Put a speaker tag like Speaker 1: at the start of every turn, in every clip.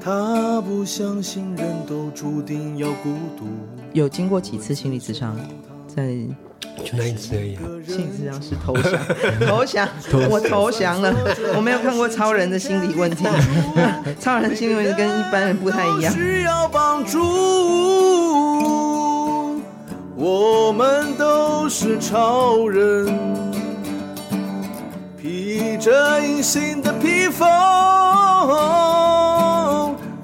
Speaker 1: 他不相信人都注定要孤独。
Speaker 2: 有经过几次心理咨商，在
Speaker 3: 就那一次而已、啊。
Speaker 2: 心理咨商是投降，投降，我投降了。我没有看过超人的心理 问题，超人心理问题跟一般人不太一样。
Speaker 1: 需要帮助，我们都是超人，披着隐形的披风，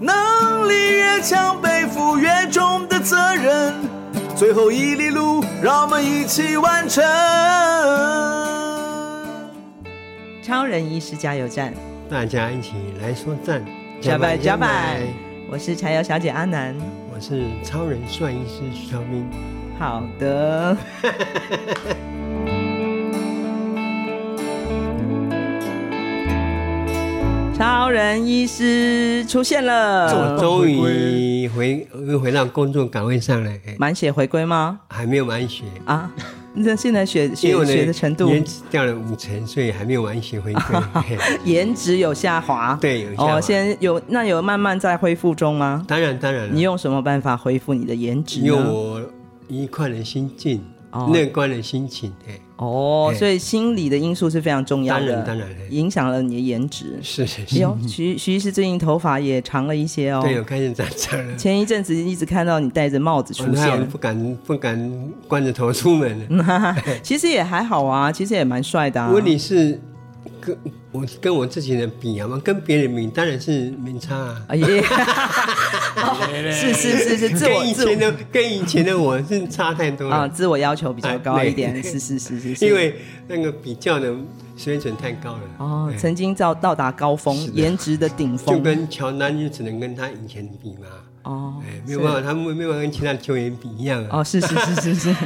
Speaker 1: 能力越强，背负越重的责任。最后一里路，让我们一起完成。
Speaker 2: 超人医师加油站，
Speaker 3: 大家一起来说赞，
Speaker 2: 加百加百！我是柴油小姐阿南，
Speaker 3: 我是超人帅医师徐超明。
Speaker 2: 好的。超人医师出现
Speaker 3: 我
Speaker 2: 了，
Speaker 3: 终于回又回到工作岗位上了，哎
Speaker 2: 满血回归吗？
Speaker 3: 还没有完血，
Speaker 2: 啊，那现在血
Speaker 3: 因为
Speaker 2: 血
Speaker 3: 我
Speaker 2: 血的程度，
Speaker 3: 颜值掉了五成，所以还没有完 血回归。嘿
Speaker 2: 颜值有下滑，
Speaker 3: 对有下滑
Speaker 2: 哦，现在有那有慢慢在恢复中吗？
Speaker 3: 当然，当然了，
Speaker 2: 你用什么办法恢复你的颜值
Speaker 3: 用
Speaker 2: 呢？
Speaker 3: 我愉快的心境
Speaker 2: 哦，
Speaker 3: 乐观的心情，哎，
Speaker 2: 哦，
Speaker 3: 哎
Speaker 2: 所以心理的因素是非常重要的，
Speaker 3: 当然当然哎
Speaker 2: 影响了你的颜值。
Speaker 3: 是是
Speaker 2: 哎
Speaker 3: 是，
Speaker 2: 呦，徐徐医师最近头发也长了一些哦。
Speaker 3: 对，我开始长长了。
Speaker 2: 前一阵子一直看到你戴着帽子出
Speaker 3: 我还好
Speaker 2: 现，
Speaker 3: 不敢不敢光着头出门了。
Speaker 2: 其实也还好啊，其实也蛮帅的啊。
Speaker 3: 哎问题是跟我跟我自己的比啊，我跟别人比当然是没差啊。
Speaker 2: 啊 也，是是是是，自我
Speaker 3: 跟以
Speaker 2: 自
Speaker 3: 前
Speaker 2: 我
Speaker 3: 的跟以前的我是差太多了，
Speaker 2: 啊，自我要求比较高一
Speaker 3: 哎
Speaker 2: 点，
Speaker 3: 对
Speaker 2: 是是是是是，
Speaker 3: 因为那个比较的水准太高了。
Speaker 2: 哦
Speaker 3: 哎，
Speaker 2: 曾经到到达高峰，颜值的顶
Speaker 3: 就
Speaker 2: 峰，
Speaker 3: 跟乔丹就只能跟他以前比嘛，
Speaker 2: 哦
Speaker 3: 哎，没有办法，他们没有办法跟其他球员比一样啊。
Speaker 2: 哦，是是是是 是，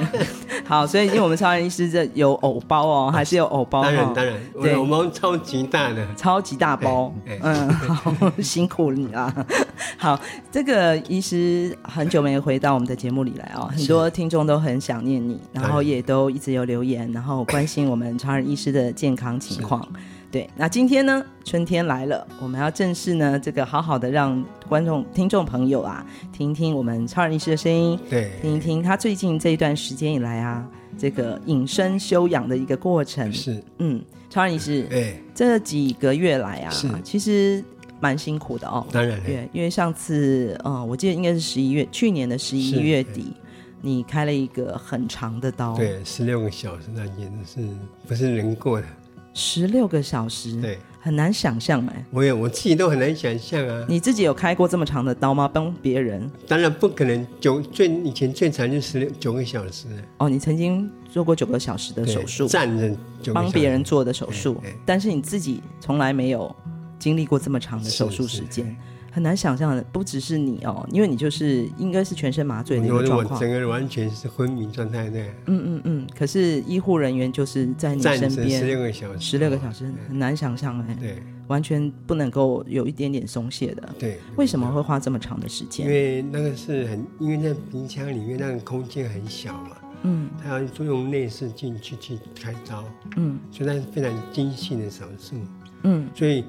Speaker 2: 好，所以因为我们超人医师这有偶包哦，还是有偶包，
Speaker 3: 啊当
Speaker 2: 哦
Speaker 3: 然当然，我
Speaker 2: 对
Speaker 3: 的我们超级大的，
Speaker 2: 超级大包
Speaker 3: 哎哎，
Speaker 2: 嗯， 好辛苦你啦。 好，这个医师很久没回到我们的节目里来哦，很多听众都很想念你，然后
Speaker 3: 当然
Speaker 2: 也都一直有留言，然后关心我们超人医师的健康情况。对，那今天呢，春天来了，我们要正式呢，这个好好的让观众、听众朋友啊，听一听我们超人医师的声音，
Speaker 3: 对，
Speaker 2: 听一听他最近这一段时间以来啊，这个隐身修养的一个过程。
Speaker 3: 是，
Speaker 2: 嗯，超人医师，
Speaker 3: 哎，
Speaker 2: 这几个月来啊
Speaker 3: 是，
Speaker 2: 其实蛮辛苦的哦。
Speaker 3: 当然了，
Speaker 2: 对，因为上次，呃，我记得应该是十一月，去年的十一
Speaker 3: 是
Speaker 2: 月
Speaker 3: 对
Speaker 2: 底，你开了一个很长的刀，，
Speaker 3: 对，十六个小时那简直是不是人过的，
Speaker 2: 十六个小时，
Speaker 3: 对，
Speaker 2: 很难想象哎。
Speaker 3: 我也我自己都很难想象啊。
Speaker 2: 你自己有开过这么长的刀吗？帮别人？
Speaker 3: 当然不可能九最以前最长就十六九个小时，
Speaker 2: 哦，你曾经做过九个小时的
Speaker 3: 对
Speaker 2: 手术，
Speaker 3: 站着九个小
Speaker 2: 帮
Speaker 3: 时
Speaker 2: 别人做的手术
Speaker 3: 对对，
Speaker 2: 但是你自己从来没有经历过这么长的手术时
Speaker 3: 是是
Speaker 2: 间，很难想象的。不只是你哦，因为你就是应该是全身麻醉的一
Speaker 3: 我
Speaker 2: 个状
Speaker 3: 我
Speaker 2: 况。
Speaker 3: 整个人完全是昏迷状态那
Speaker 2: 嗯嗯嗯，可是医护人员就是在你
Speaker 3: 站
Speaker 2: 身
Speaker 3: 着十
Speaker 2: 边
Speaker 3: 六个小时，嗯
Speaker 2: 十六个小时，很难想象哎、
Speaker 3: 对
Speaker 2: 完全不能够有一点点松懈的。
Speaker 3: 对。
Speaker 2: 为什么会花这么长的时
Speaker 3: 因
Speaker 2: 间？
Speaker 3: 为那个是很，因为那鼻腔里面那个空间很小嘛，
Speaker 2: 嗯
Speaker 3: 它要用内视镜去去开刀，
Speaker 2: 嗯
Speaker 3: 所以它是非常精细的手术。
Speaker 2: 嗯，
Speaker 3: 所以，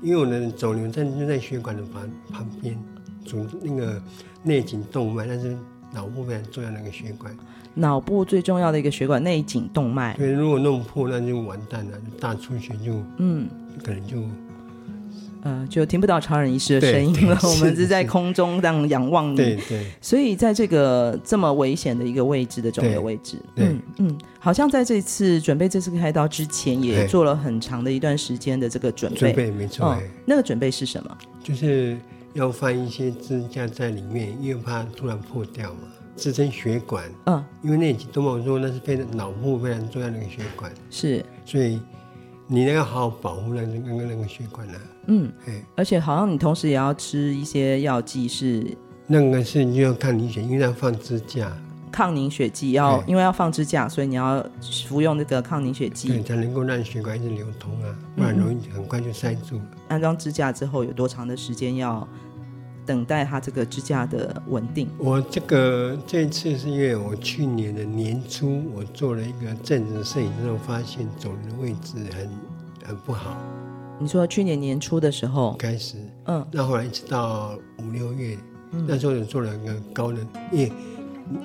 Speaker 3: 因为我的肿瘤在就在血管的旁旁边，主那个内颈动脉，那是脑部非常重要的一个血管。
Speaker 2: 脑部最重要的一个血管内颈动脉。
Speaker 3: 所以如果弄破，那就完蛋了，就大出血就
Speaker 2: 嗯
Speaker 3: 可能就
Speaker 2: 呃，就听不到超人医师的声音
Speaker 3: 对 对
Speaker 2: 了。我们
Speaker 3: 是
Speaker 2: 是在
Speaker 3: 是
Speaker 2: 空中这样仰望
Speaker 3: 对
Speaker 2: 你，
Speaker 3: 对
Speaker 2: 所以在这个这么危险的一个位置的肿瘤
Speaker 3: 对
Speaker 2: 位置，
Speaker 3: 对
Speaker 2: 嗯嗯，好像在这次准备这次开刀之前，也
Speaker 3: 对
Speaker 2: 做了很长的一段时间的这个准
Speaker 3: 准
Speaker 2: 备。
Speaker 3: 备没错、哎
Speaker 2: 哦那个准备是什么？
Speaker 3: 就是要放一些支架在里面，因为怕突然破掉嘛，支撑血管。
Speaker 2: 嗯，
Speaker 3: 因为内颈动脉我说那是非常脑部非常重要的一个血管，
Speaker 2: 是，
Speaker 3: 所以你那个好好保护那个那个那个血管呢、
Speaker 2: 嗯，
Speaker 3: 哎，
Speaker 2: 而且好像你同时也要吃一些药剂，是
Speaker 3: 那个是你就要看你选，因为要放支架，
Speaker 2: 抗凝血剂要，
Speaker 3: 对
Speaker 2: 因为要放支架，所以你要服用那个抗凝血
Speaker 3: 对，
Speaker 2: 剂。
Speaker 3: 才能够让血管一直流通啊，不然容易很快就塞住了。
Speaker 2: 安装支架之后有多长的时间要等待它这个支架的稳定？
Speaker 3: 我这个这一次是因为我去年的年初，我做了一个正子摄影之后，发现肿瘤位置很很不好，
Speaker 2: 你说去年年初的时候，
Speaker 3: 开始，
Speaker 2: 嗯，
Speaker 3: 那后来一直到五六月，那时候有做了一个高能，因为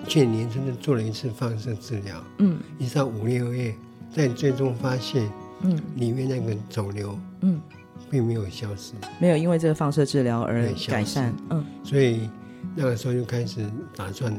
Speaker 3: 去年真的做了一次放射治疗，
Speaker 2: 嗯，
Speaker 3: 一直到五六月，但最终发现，
Speaker 2: 嗯，
Speaker 3: 里面那个肿瘤，
Speaker 2: 嗯，
Speaker 3: 并没有消失，
Speaker 2: 没有因为这个放射治疗而
Speaker 3: 对消失
Speaker 2: 改善，嗯
Speaker 3: 所以那个时候就开始打算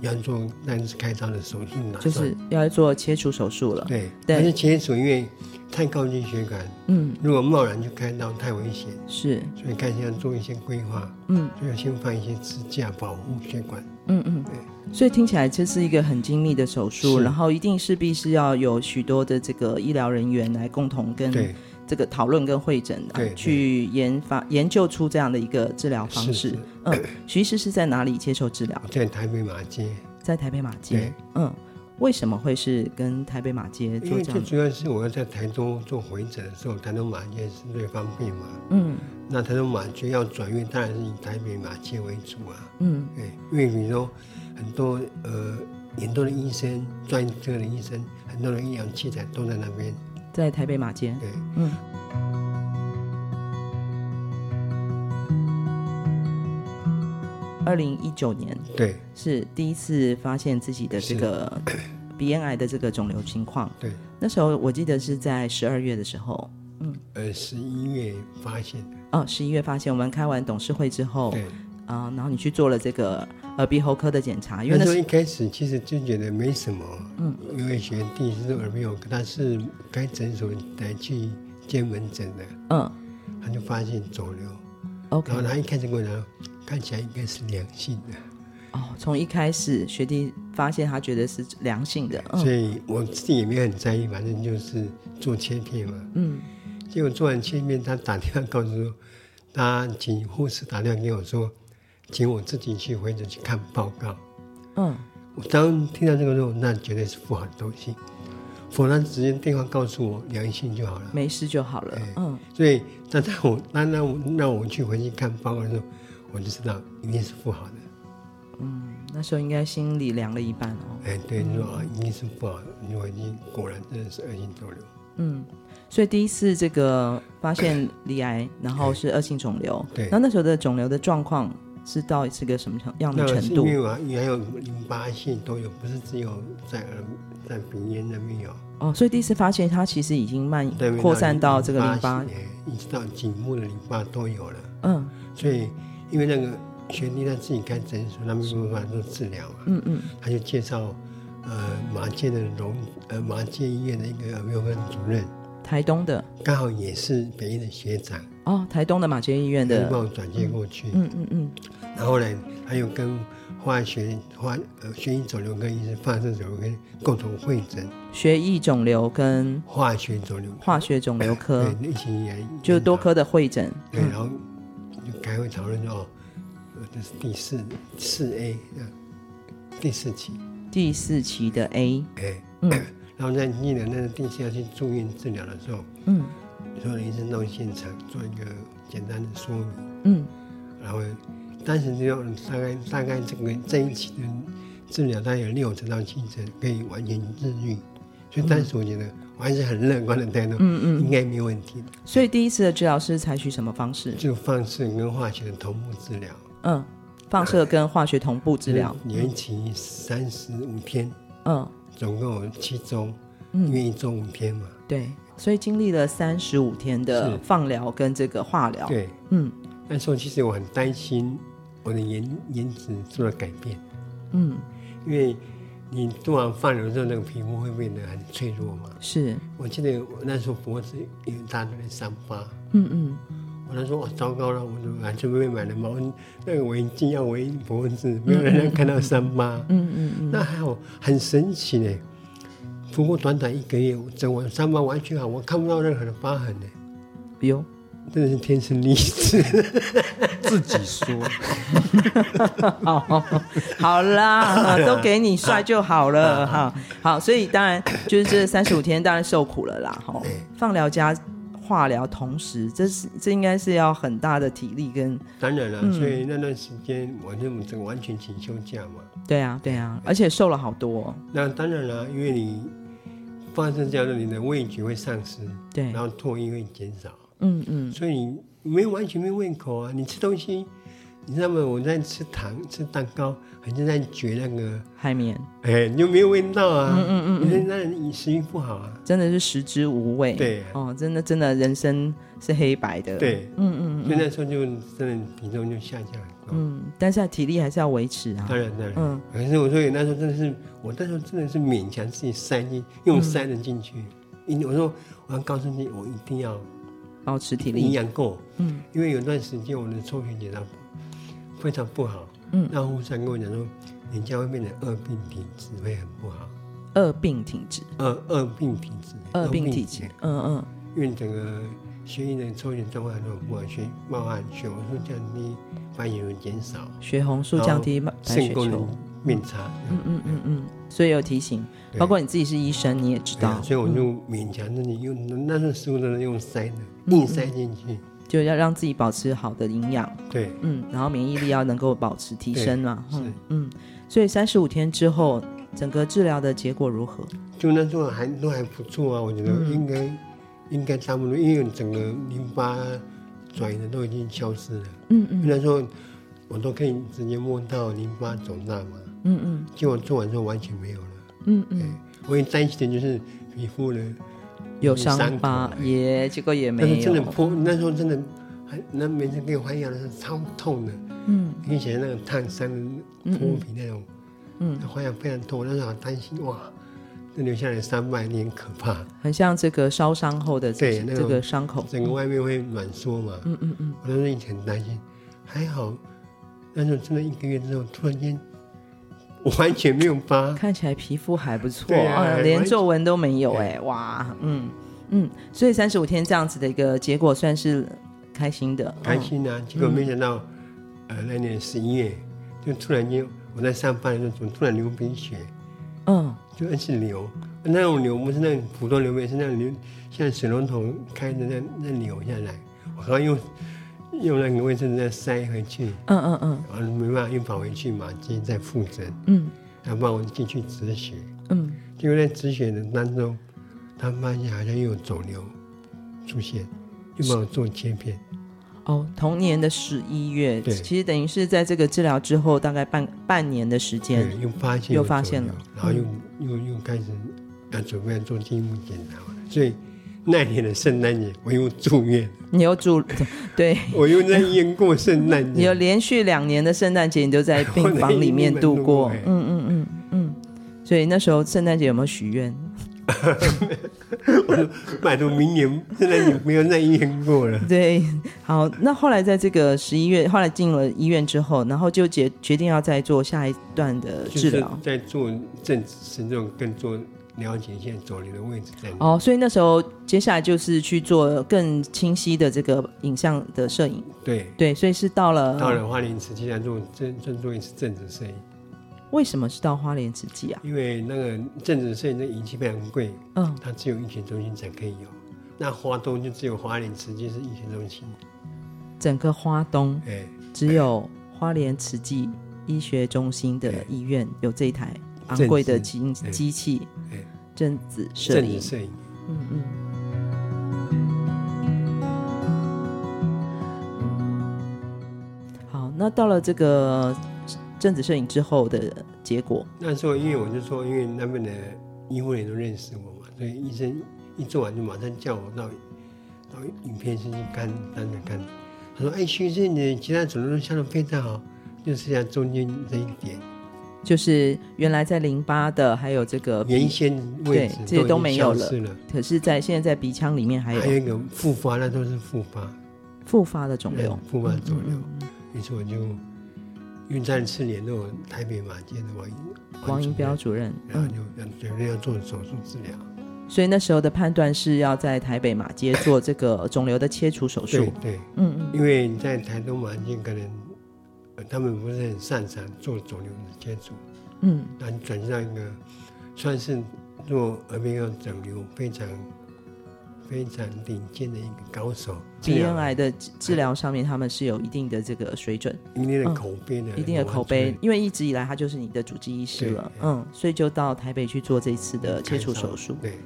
Speaker 3: 要做那次开刀的手术，打算
Speaker 2: 就是要做切除手术了，
Speaker 3: 对，
Speaker 2: 对
Speaker 3: 但是切除因为太靠近血管，
Speaker 2: 嗯，
Speaker 3: 如果贸然去开刀太危险，
Speaker 2: 是，
Speaker 3: 所以开始要做一些规划，
Speaker 2: 嗯
Speaker 3: 所以要先放一些支架保护血管。
Speaker 2: 嗯嗯，所以听起来这是一个很精密的手术，
Speaker 3: 是
Speaker 2: 然后一定势必是要有许多的这个医疗人员来共同跟
Speaker 3: 对，
Speaker 2: 这个讨论跟会诊、啊
Speaker 3: 对，对
Speaker 2: 去研发研究出这样的一个治疗方
Speaker 3: 是
Speaker 2: 式
Speaker 3: 是。
Speaker 2: 嗯，徐医师是在哪里接受治疗？
Speaker 3: 在台北马街，
Speaker 2: 在台北马街
Speaker 3: 对。
Speaker 2: 嗯，为什么会是跟台北马街
Speaker 3: 因
Speaker 2: 做
Speaker 3: 为
Speaker 2: 这
Speaker 3: 最
Speaker 2: 样的？
Speaker 3: 主要是我要在台东做回诊的时候，台东马街是最方便嘛。
Speaker 2: 嗯
Speaker 3: 那台东马街要转运，当然是以台北马街为主啊。
Speaker 2: 嗯
Speaker 3: 对，因为比如说很多呃，很多的医生、专科的医生，很多的医疗器材都在那边。
Speaker 2: 在台北马街。
Speaker 3: 对，
Speaker 2: 嗯。二零一九年
Speaker 3: 对，
Speaker 2: 是第一次发现自己的这个鼻咽癌的这个肿瘤情况。
Speaker 3: 对，
Speaker 2: 那时候我记得是在十二月的时候，
Speaker 3: 呃，十一月发现的。
Speaker 2: 哦，十一月发现我们开完董事会之后，
Speaker 3: 对，
Speaker 2: 啊、然后你去做了这个耳鼻喉科的检查，因为
Speaker 3: 那
Speaker 2: 那
Speaker 3: 时候
Speaker 2: 是
Speaker 3: 一开始其实就觉得没什么，嗯，因为学弟是耳鼻喉科，他是该诊所来去接门诊的，
Speaker 2: 嗯
Speaker 3: 他就发现肿瘤，
Speaker 2: ，OK，
Speaker 3: 然后他一开始跟我讲，看起来应该是良性的，
Speaker 2: 哦，从一开始学弟发现他觉得是良性的，嗯
Speaker 3: 所以我自己也没有很在意，反正就是做切片嘛。
Speaker 2: 嗯，
Speaker 3: 结果做完切片，他打电话告诉我，他请护士打电话给我说，请我自己去回诊去看报告。
Speaker 2: 嗯，
Speaker 3: 我当听到这个时候，那绝对是不好的东西，否则他直接电话告诉我良性就好了。
Speaker 2: 没事就好了
Speaker 3: 对，
Speaker 2: 嗯，
Speaker 3: 所以，那他我那那我那我去回去看报告的时候，我就知道一定是不好的。
Speaker 2: 那时候应该心里凉了一半哦，
Speaker 3: 哎，对，你说啊，一定是不好的。你说你果然真的是恶性肿瘤。
Speaker 2: 嗯，所以第一次这个发现罹癌，然后是恶性肿瘤，
Speaker 3: 对
Speaker 2: 然后那时候的肿瘤的状况是到底是个什么程样的
Speaker 3: 那个
Speaker 2: 程
Speaker 3: 是因
Speaker 2: 度？
Speaker 3: 为我还有淋巴系都有，不是只有在耳在鼻咽那边有，
Speaker 2: 哦，所以第一次发现它其实已经蔓
Speaker 3: 对
Speaker 2: 嗯扩散到这个淋巴，
Speaker 3: 系，哎一直到颈部的淋巴都有了。
Speaker 2: 嗯
Speaker 3: 所以，因为那个学弟他自己开诊所，他没有办法做治疗嘛，
Speaker 2: 嗯嗯，
Speaker 3: 他就介绍呃马街的荣呃马街医院的一个耳鼻喉科主任，
Speaker 2: 台东的
Speaker 3: 刚好也是北医的学长，
Speaker 2: 哦，台东的马偕医院
Speaker 3: 他就
Speaker 2: 的
Speaker 3: 帮，我转接过去。
Speaker 2: 嗯嗯嗯，
Speaker 3: 然后呢，还有跟化学化呃血液肿瘤科医生、放射肿瘤科共同会诊，
Speaker 2: 学液肿瘤跟
Speaker 3: 化学肿瘤科
Speaker 2: 化学肿瘤科，
Speaker 3: 对一起来研
Speaker 2: 就是多
Speaker 3: 讨
Speaker 2: 科的会诊，
Speaker 3: 对，然后就开会讨论说，哦，呃这是第四四 A 呃第四期，
Speaker 2: 第四期的 A，
Speaker 3: 哎，
Speaker 2: 嗯
Speaker 3: 然后在一年那个第四要去住院治疗的时候，
Speaker 2: 嗯
Speaker 3: 所有的医生到现场做一个简单的说明，
Speaker 2: 嗯
Speaker 3: 然后当时只有大概大概这个这一期的治疗大概有六成到七成可以完全治愈，所以当时我觉得我还是很乐观的态度，
Speaker 2: 嗯
Speaker 3: 应
Speaker 2: 嗯，
Speaker 3: 该没问题的，
Speaker 2: 所以第一次的治疗是采取什么方式？
Speaker 3: 就放射跟化学的同步治疗。
Speaker 2: 嗯，放射跟化学同步治疗，
Speaker 3: 延期三十五天，
Speaker 2: 嗯
Speaker 3: 总共有七周，因
Speaker 2: 嗯，
Speaker 3: 为一周五天嘛。
Speaker 2: 对，所以经历了三十五天的
Speaker 3: 是
Speaker 2: 放疗跟这个化疗，
Speaker 3: 对，
Speaker 2: 嗯
Speaker 3: 那时候其实我很担心我的颜颜值做了改变，
Speaker 2: 嗯，
Speaker 3: 因为你做完放疗之后，那个皮肤会变得很脆弱嘛。
Speaker 2: 是，
Speaker 3: 我记得我那时候脖子有一大堆的伤疤，
Speaker 2: 嗯嗯，
Speaker 3: 我那时候我哦糟糕了，我怎啊么还是被买了毛巾那个围巾要围脖子，没有人能看到伤疤。
Speaker 2: 嗯嗯嗯，
Speaker 3: 那还好，很神奇呢。不过短短一个月，我整完伤疤完全好，我看不到任何的疤痕呢，
Speaker 2: 有。
Speaker 3: 真的是天生丽质。
Speaker 4: 自己说，
Speaker 2: 哦，好啦， 都给你帅就好
Speaker 3: 啊
Speaker 2: 了哈。好，所以当然就是这三十五天，当然受苦了啦。哈，放疗加化疗同时，这是这应该是要很大的体力跟
Speaker 3: 当然
Speaker 2: 嗯
Speaker 3: 了，所以那段时间我就整个完全请休假嘛。
Speaker 2: 对啊对啊，而且瘦了好多哦。
Speaker 3: 那当然了，因为你发生这样的，你的味觉会丧失，
Speaker 2: 对
Speaker 3: 然后唾液会减少，
Speaker 2: 嗯嗯，
Speaker 3: 所以你没有完全没有胃口啊。你吃东西，你知道吗？我在吃糖、吃蛋糕，很像在嚼那个，
Speaker 2: 海绵
Speaker 3: 哎，你就没有味道啊。
Speaker 2: 嗯嗯嗯嗯
Speaker 3: 嗯，那你食欲不好啊。
Speaker 2: 真的是食之无味。
Speaker 3: 对
Speaker 2: 哦，真的真的人生是黑白的。，
Speaker 3: 对，
Speaker 2: 嗯嗯
Speaker 3: 所以那时候就真的体重就下降很多。
Speaker 2: 嗯，但是体力还是要维持啊。
Speaker 3: 当然当然，
Speaker 2: 嗯
Speaker 3: 可是我说那时候真的是，我那时候真的是勉强自己塞进，用塞的进去。
Speaker 2: 嗯
Speaker 3: 因我说我要告诉你，我一定要
Speaker 2: 保持体
Speaker 3: 营
Speaker 2: 力。
Speaker 3: 养够，
Speaker 2: 嗯，
Speaker 3: 因为有段时间我的抽血检查非常不好，
Speaker 2: 嗯
Speaker 3: 那护士跟我讲说，你将会变成二病体质，会很不好。
Speaker 2: 恶病体质，
Speaker 3: 二二病体质，
Speaker 2: 恶病体质，嗯嗯，
Speaker 3: 因为整个血液的抽血状况都不好，血冒汗、血红素降低，发炎量减少，
Speaker 2: 血红素降低白
Speaker 3: 肾
Speaker 2: 血
Speaker 3: 功
Speaker 2: 球
Speaker 3: 能。变差。
Speaker 2: 嗯嗯嗯嗯，所以有提醒，
Speaker 3: 对
Speaker 2: 包括你自己是医生，你也知
Speaker 3: 对
Speaker 2: 道
Speaker 3: 啊，所以我就勉强自己用，那时候食物都能用塞的，硬塞进去。
Speaker 2: 就要让自己保持好的营养，
Speaker 3: 对，
Speaker 2: 嗯，然后免疫力要能够保持提升嘛，嗯
Speaker 3: 对是
Speaker 2: 嗯，所以三十五天之后，整个治疗的结果如何？
Speaker 3: 就那时候还都还不错啊，我觉得
Speaker 2: 嗯
Speaker 3: 应该、应该差不多，因为整个淋巴转移的都已经消失了。
Speaker 2: 嗯
Speaker 3: 因
Speaker 2: 嗯
Speaker 3: 为那时候我都可以直接摸到淋巴肿大嘛，
Speaker 2: 嗯嗯
Speaker 3: 结果做完之后完全没有了。
Speaker 2: 嗯嗯，
Speaker 3: 我也担心的就是皮肤了，
Speaker 2: 有
Speaker 3: 伤口
Speaker 2: 伤疤
Speaker 3: 哎
Speaker 2: 也，结果也
Speaker 3: 但
Speaker 2: 没
Speaker 3: 是真的
Speaker 2: 有，
Speaker 3: 破，那时候真的还那每次给我换药的时候超痛的，
Speaker 2: 嗯
Speaker 3: 你可以想象那种烫伤的脱皮那种，
Speaker 2: 嗯，
Speaker 3: 那花样非常多，那时候好担心哇，这留下来三百年可怕，
Speaker 2: 很像这个烧伤后的
Speaker 3: 对
Speaker 2: 这
Speaker 3: 那
Speaker 2: 这
Speaker 3: 种
Speaker 2: 个伤口，
Speaker 3: 整个外面会软缩嘛，
Speaker 2: 嗯嗯嗯，
Speaker 3: 我那时候一直很担心，还好，那时候真的一个月之后突然间，我完全没有疤，
Speaker 2: 看起来皮肤还不错，
Speaker 3: 对啊
Speaker 2: 嗯，
Speaker 3: 还
Speaker 2: 连
Speaker 3: 蛮
Speaker 2: 皱纹都没有，
Speaker 3: 对
Speaker 2: 哎，哇，嗯嗯，所以三十五天这样子的一个结果算是开心的，嗯
Speaker 3: 开心啊，结果没想到，呃，那年十一月就突然间我在上班的时候，怎么突然流鼻血，
Speaker 2: 嗯，
Speaker 3: 就一直流，那种流不是那种普通流鼻，是那种流像水龙头开着那那流下来，我刚用用那个卫生纸再塞回去，
Speaker 2: 嗯嗯嗯
Speaker 3: 然后没办法又跑回去嘛，今天再复诊，
Speaker 2: 嗯
Speaker 3: 然后帮我继续止血，
Speaker 2: 嗯，
Speaker 3: 结果在止血的当中，他发现好像又有肿瘤出现，又帮我做切片，
Speaker 2: 哦，同年的十一月，
Speaker 3: 对
Speaker 2: 其实等于是在这个治疗之后，大概半半年的时间
Speaker 3: 对，，又发现
Speaker 2: 又
Speaker 3: 有
Speaker 2: 发现
Speaker 3: 肿瘤
Speaker 2: 了
Speaker 3: 然后又、又又开始要准备做进一步检查了，所以那年的圣诞节我又住院，
Speaker 2: 你又住， 对，
Speaker 3: 我又在医院过圣诞
Speaker 2: 你有
Speaker 3: 节，
Speaker 2: 连续两年的圣诞节，你都在 病房里面度过
Speaker 3: 我在医，院
Speaker 2: 嗯嗯嗯嗯，所以那时候圣诞节有没有许愿？
Speaker 3: 我说拜托明年圣诞节不要在医院过了。
Speaker 2: 对，好，那后来在这个十一月，后来进了医院之后，然后就决决定要再做下一段的
Speaker 3: 就
Speaker 2: 治
Speaker 3: 是
Speaker 2: 疗。
Speaker 3: 在做正慎重更做了解一下肿瘤的位置在哪。
Speaker 2: 哦，所以那时候接下来就是去做更清晰的这个影像的摄影，
Speaker 3: 对，
Speaker 2: 对，所以是到了
Speaker 3: 到了花莲慈济来做正正做一次正子摄影，
Speaker 2: 为什么是到花莲之际啊？
Speaker 3: 因为那个正子摄影的仪器非常贵，
Speaker 2: 嗯，
Speaker 3: 它只有医学中心才可以有。那花东就只有花莲慈济是医学中心，
Speaker 2: 整个花东
Speaker 3: 哎，
Speaker 2: 只有花莲慈济医学中心的医院有这一台昂
Speaker 3: 正
Speaker 2: 贵的
Speaker 3: 是
Speaker 2: 机
Speaker 3: 对
Speaker 2: 机器
Speaker 3: 对，
Speaker 2: 正子摄
Speaker 3: 正子
Speaker 2: 影。
Speaker 3: 摄影。
Speaker 2: 嗯嗯。好，那到了这个正子摄影之后的结果，
Speaker 3: 那时候因为我就说，因为那边的医护人员都认识我嘛，所以医生一做完就马上叫我到到影片室去看，当着看。他说：“哎，徐生，你其他肿瘤都下得非常好，就剩下中间这一点，
Speaker 2: 就是原来在淋巴的，还有这个
Speaker 3: 原
Speaker 2: 鼻，
Speaker 3: 先位置
Speaker 2: 对这些
Speaker 3: 已
Speaker 2: 都
Speaker 3: 经
Speaker 2: 没有了哎
Speaker 3: 消失了，
Speaker 2: 可是在现在在鼻腔里面还
Speaker 3: 还
Speaker 2: 有
Speaker 3: 有一个复发，那都是复发
Speaker 2: 复发的肿瘤
Speaker 3: 嗯。复发肿瘤
Speaker 2: 嗯。
Speaker 3: 于是我就因为再次联络台北马街的王
Speaker 2: 王银标
Speaker 3: 标，
Speaker 2: 主任，
Speaker 3: 然后
Speaker 2: 嗯，
Speaker 3: 就要决定要做手术治疗。
Speaker 2: 所以那时候的判断是要在台北马街做这个肿瘤的切除手
Speaker 3: 对
Speaker 2: 术。
Speaker 3: 对。”
Speaker 2: 嗯嗯，
Speaker 3: 因为在台东环境可能、呃他们不是很擅长做肿瘤的切除，
Speaker 2: 嗯，
Speaker 3: 然后转向一个算是做呃耳鼻喉肿瘤非常非常顶尖的一个高手，
Speaker 2: 鼻咽癌的治治疗上面，他们是有一定的这个水准。
Speaker 3: 一定
Speaker 2: 嗯
Speaker 3: 的口碑的，
Speaker 2: 一定的口碑，，因为一直以来他就是你的主治医师
Speaker 3: 对
Speaker 2: 了，嗯，所以就到台北去做这一次的切除手术，
Speaker 3: 对，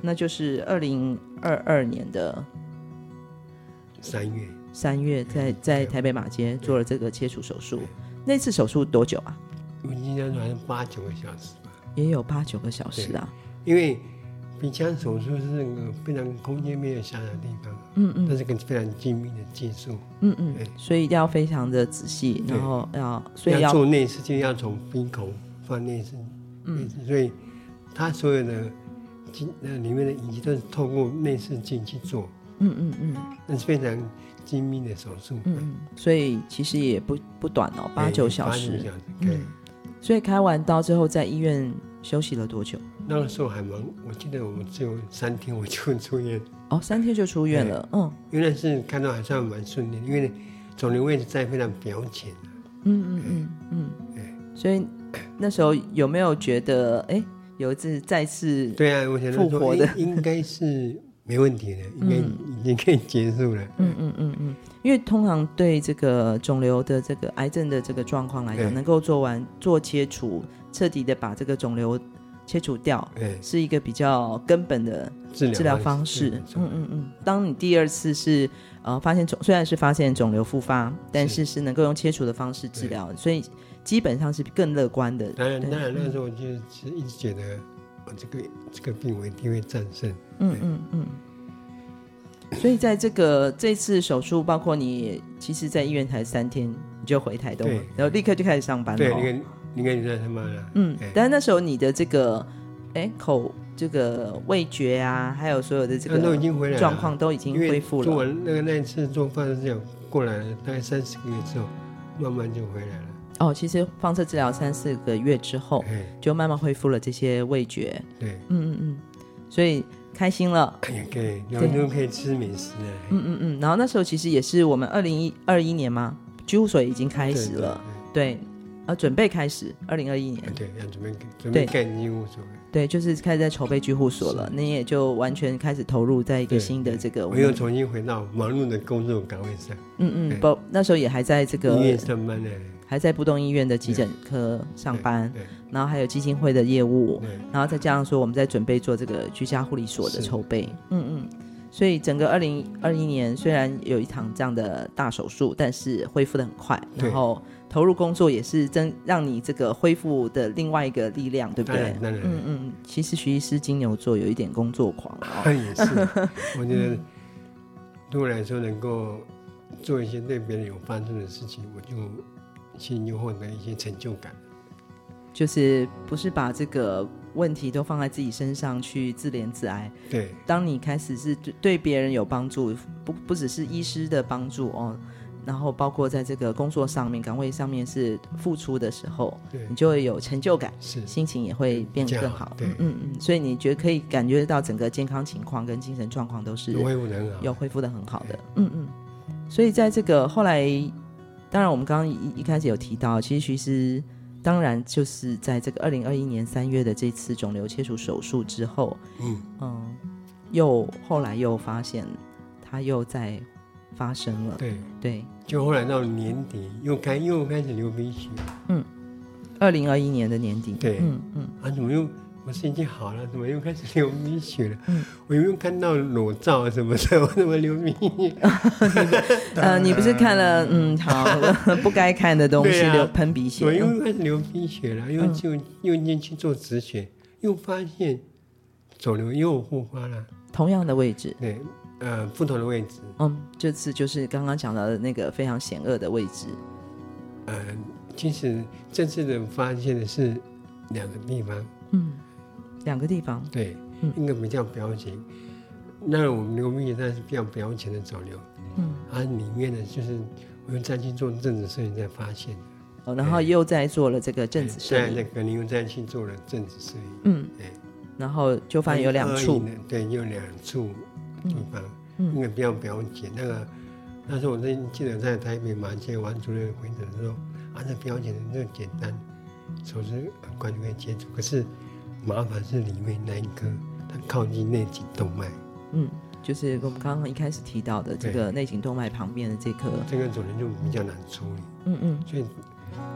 Speaker 2: 那就是二零二二年的
Speaker 3: 三月，
Speaker 2: 三月
Speaker 3: 嗯
Speaker 2: 在在台北马街做了这个切除手术。那次手术多久啊？
Speaker 3: 我应该好像八九个小时吧。
Speaker 2: 也有八九个小时啊。
Speaker 3: 因为鼻腔手术是那个非常空间没有狭小的地方，
Speaker 2: 嗯嗯
Speaker 3: 它是个非常精密的技术，
Speaker 2: 嗯嗯
Speaker 3: 对，
Speaker 2: 所以一定要非常的仔细，
Speaker 3: 对
Speaker 2: 然后要所以
Speaker 3: 要
Speaker 2: 要
Speaker 3: 做内视镜要从鼻孔放内视，嗯，所以它所有的镜那里面的仪器都是透过内视镜去做，
Speaker 2: 嗯嗯嗯
Speaker 3: 那是非常精密的手术，
Speaker 2: 嗯，嗯，所以其实也不不短哦，八九小
Speaker 3: 哎八九
Speaker 2: 时嗯
Speaker 3: 小。时，对。
Speaker 2: 所以开完刀之后，在医院休息了多久？
Speaker 3: 那个时候还忙，我记得我们只有三天我就出院，
Speaker 2: 哦，三天就出院了。嗯
Speaker 3: 原来是看到还算蛮顺利的，因为肿瘤位置在非常表浅，啊
Speaker 2: 嗯嗯嗯嗯。所以那时候有没有觉得，哎，有一次再次
Speaker 3: 对啊，我想
Speaker 2: 复活
Speaker 3: 说
Speaker 2: 的
Speaker 3: 应应该是没问题的，应该已经可以结束了。
Speaker 2: 嗯嗯嗯嗯，因为通常对这个肿瘤的这个癌症的这个状况来讲，
Speaker 3: 对
Speaker 2: 能够做完做切除，彻底的把这个肿瘤切除掉，
Speaker 3: 对，
Speaker 2: 是一个比较根本的
Speaker 3: 治疗
Speaker 2: 治疗方式。嗯嗯嗯。当你第二次是呃发现肿，虽然是发现肿瘤复发，但是是能够用切除的方式治疗，所以基本上是更乐观的。
Speaker 3: 当然，
Speaker 2: 对嗯
Speaker 3: 当然那时候我就其实一直觉得，我这个这个病我一定会战胜。
Speaker 2: 嗯嗯嗯。所以在这个这次手术，包括你其实，在医院才三天你就回台东了
Speaker 3: 对，
Speaker 2: 然后立刻就开始上班了
Speaker 3: 对，
Speaker 2: 哦、
Speaker 3: 你看，你看，你在他妈了，
Speaker 2: 嗯
Speaker 3: 哎，
Speaker 2: 但是那时候你的这个哎口这个味觉啊，还有所有的这
Speaker 3: 他呃都已
Speaker 2: 个
Speaker 3: 经回来了，
Speaker 2: 状况都已经
Speaker 3: 因为
Speaker 2: 恢复
Speaker 3: 做
Speaker 2: 了。
Speaker 3: 完那个那一次做放射治疗过来了，大概三四个月之后，慢慢就回来了。
Speaker 2: 哦，其实放射治疗三四个月之后，
Speaker 3: 哎，
Speaker 2: 就慢慢恢复了这些味觉。
Speaker 3: 对，
Speaker 2: 哦
Speaker 3: 哎
Speaker 2: 嗯嗯嗯，所以开心了。
Speaker 3: 也可以，然后就可以吃美食了。哎
Speaker 2: 嗯嗯嗯，然后那时候其实也是我们二零一二一年嘛，居护所已经开始了，，对，呃，准备开始二零二一年
Speaker 3: 对，对，对要准备准
Speaker 2: 对
Speaker 3: 备盖医务所了。
Speaker 2: 对，就是开始在筹备居护所了，你也就完全开始投入在一个
Speaker 3: 对
Speaker 2: 新的这个，
Speaker 3: 我又重新回到忙碌的工作岗位上，
Speaker 2: 嗯
Speaker 3: 对
Speaker 2: 嗯，不，那时候也还在这个
Speaker 3: 医院上班呢，
Speaker 2: 还在不动医院的急诊科上班，
Speaker 3: 对
Speaker 2: 然后还有基金会的业务，
Speaker 3: 对，
Speaker 2: 然后再加上说我们在准备做这个居家护理所的筹备，嗯嗯，所以整个二零二一年虽然有一场这样的大手术，但是恢复的很快，
Speaker 3: 对
Speaker 2: 然后投入工作也是真让你这个恢复的另外一个力量，对不
Speaker 3: 当
Speaker 2: 对
Speaker 3: 然？当然，
Speaker 2: 嗯嗯，其实徐医师金牛座有一点工作狂哦，
Speaker 3: 也 是，我觉
Speaker 2: 嗯
Speaker 3: 得对我来说能够做一些对别人有帮助的事情，我就心里就获得一些成就感。
Speaker 2: 就是不是把这个问题都放在自己身上去自怜自哀，
Speaker 3: 对，
Speaker 2: 当你开始是对对别人有帮助，不不只是医师的帮助哦，然后包括在这个工作上面、岗位上面是付出的时候，
Speaker 3: 对
Speaker 2: 你就会有成就感，
Speaker 3: 是，
Speaker 2: 心情也会变得更好。
Speaker 3: 比较好对
Speaker 2: 嗯嗯，所以你觉得可以感觉到整个健康情况跟精神状况都是
Speaker 3: 我恢复得很好。
Speaker 2: 有恢复的很好的。嗯嗯，所以在这个后来，当然我们刚刚一一开始有提到，其实徐师当然就是在这个二零二一年三月的这次肿瘤切除手术之后，
Speaker 3: 嗯
Speaker 2: 嗯，又后来又发现它又在发生了。
Speaker 3: 对，
Speaker 2: 对，
Speaker 3: 就后来到年底又开又开始流鼻血，
Speaker 2: 二零二一年的年底。
Speaker 3: 对
Speaker 2: 嗯嗯
Speaker 3: 啊，怎么又我身体好了，怎么又开始流鼻血了？
Speaker 2: 嗯
Speaker 3: 我有没有看到裸照啊什么的？我怎么流鼻血？
Speaker 2: 呃，你不是看了嗯好 不该看的东西
Speaker 3: 对啊
Speaker 2: 流喷鼻血
Speaker 3: 我？
Speaker 2: 嗯
Speaker 3: 又开始流鼻血了，又就又进去做止血，又发现肿瘤又复发了。
Speaker 2: 同样的位置。
Speaker 3: 对，呃，不同的位置，
Speaker 2: 嗯，这次就是刚刚讲到的那个非常险恶的位置。
Speaker 3: 呃，其实这次的发现的是两个地方，
Speaker 2: 嗯，两个地方。
Speaker 3: 对
Speaker 2: 嗯，
Speaker 3: 一个比较表浅，那我们流鼻血那是比较表浅的肿瘤，
Speaker 2: 嗯，
Speaker 3: 啊，里面的就是我们再去做正子摄影才发现的，
Speaker 2: 哦，然后又在做了这个正子摄
Speaker 3: 对在
Speaker 2: 影，
Speaker 3: 那个林再去做了正子摄影，
Speaker 2: 嗯
Speaker 3: 对，
Speaker 2: 然后就发现有两处
Speaker 3: 恶，意的，对，有两处地方，
Speaker 2: 嗯
Speaker 3: 那个比较表浅，那个那时候我在记得在台北马街王主任回诊的时候，啊，那表浅的那简单，手术很快就可以切除，可是麻烦是里面那一颗，它靠近内颈动脉，
Speaker 2: 嗯，就是我们刚刚一开始提到的这
Speaker 3: 对
Speaker 2: 个内颈动脉旁边的这颗，
Speaker 3: 这个肿瘤就比较难处理。
Speaker 2: 嗯嗯
Speaker 3: 所以，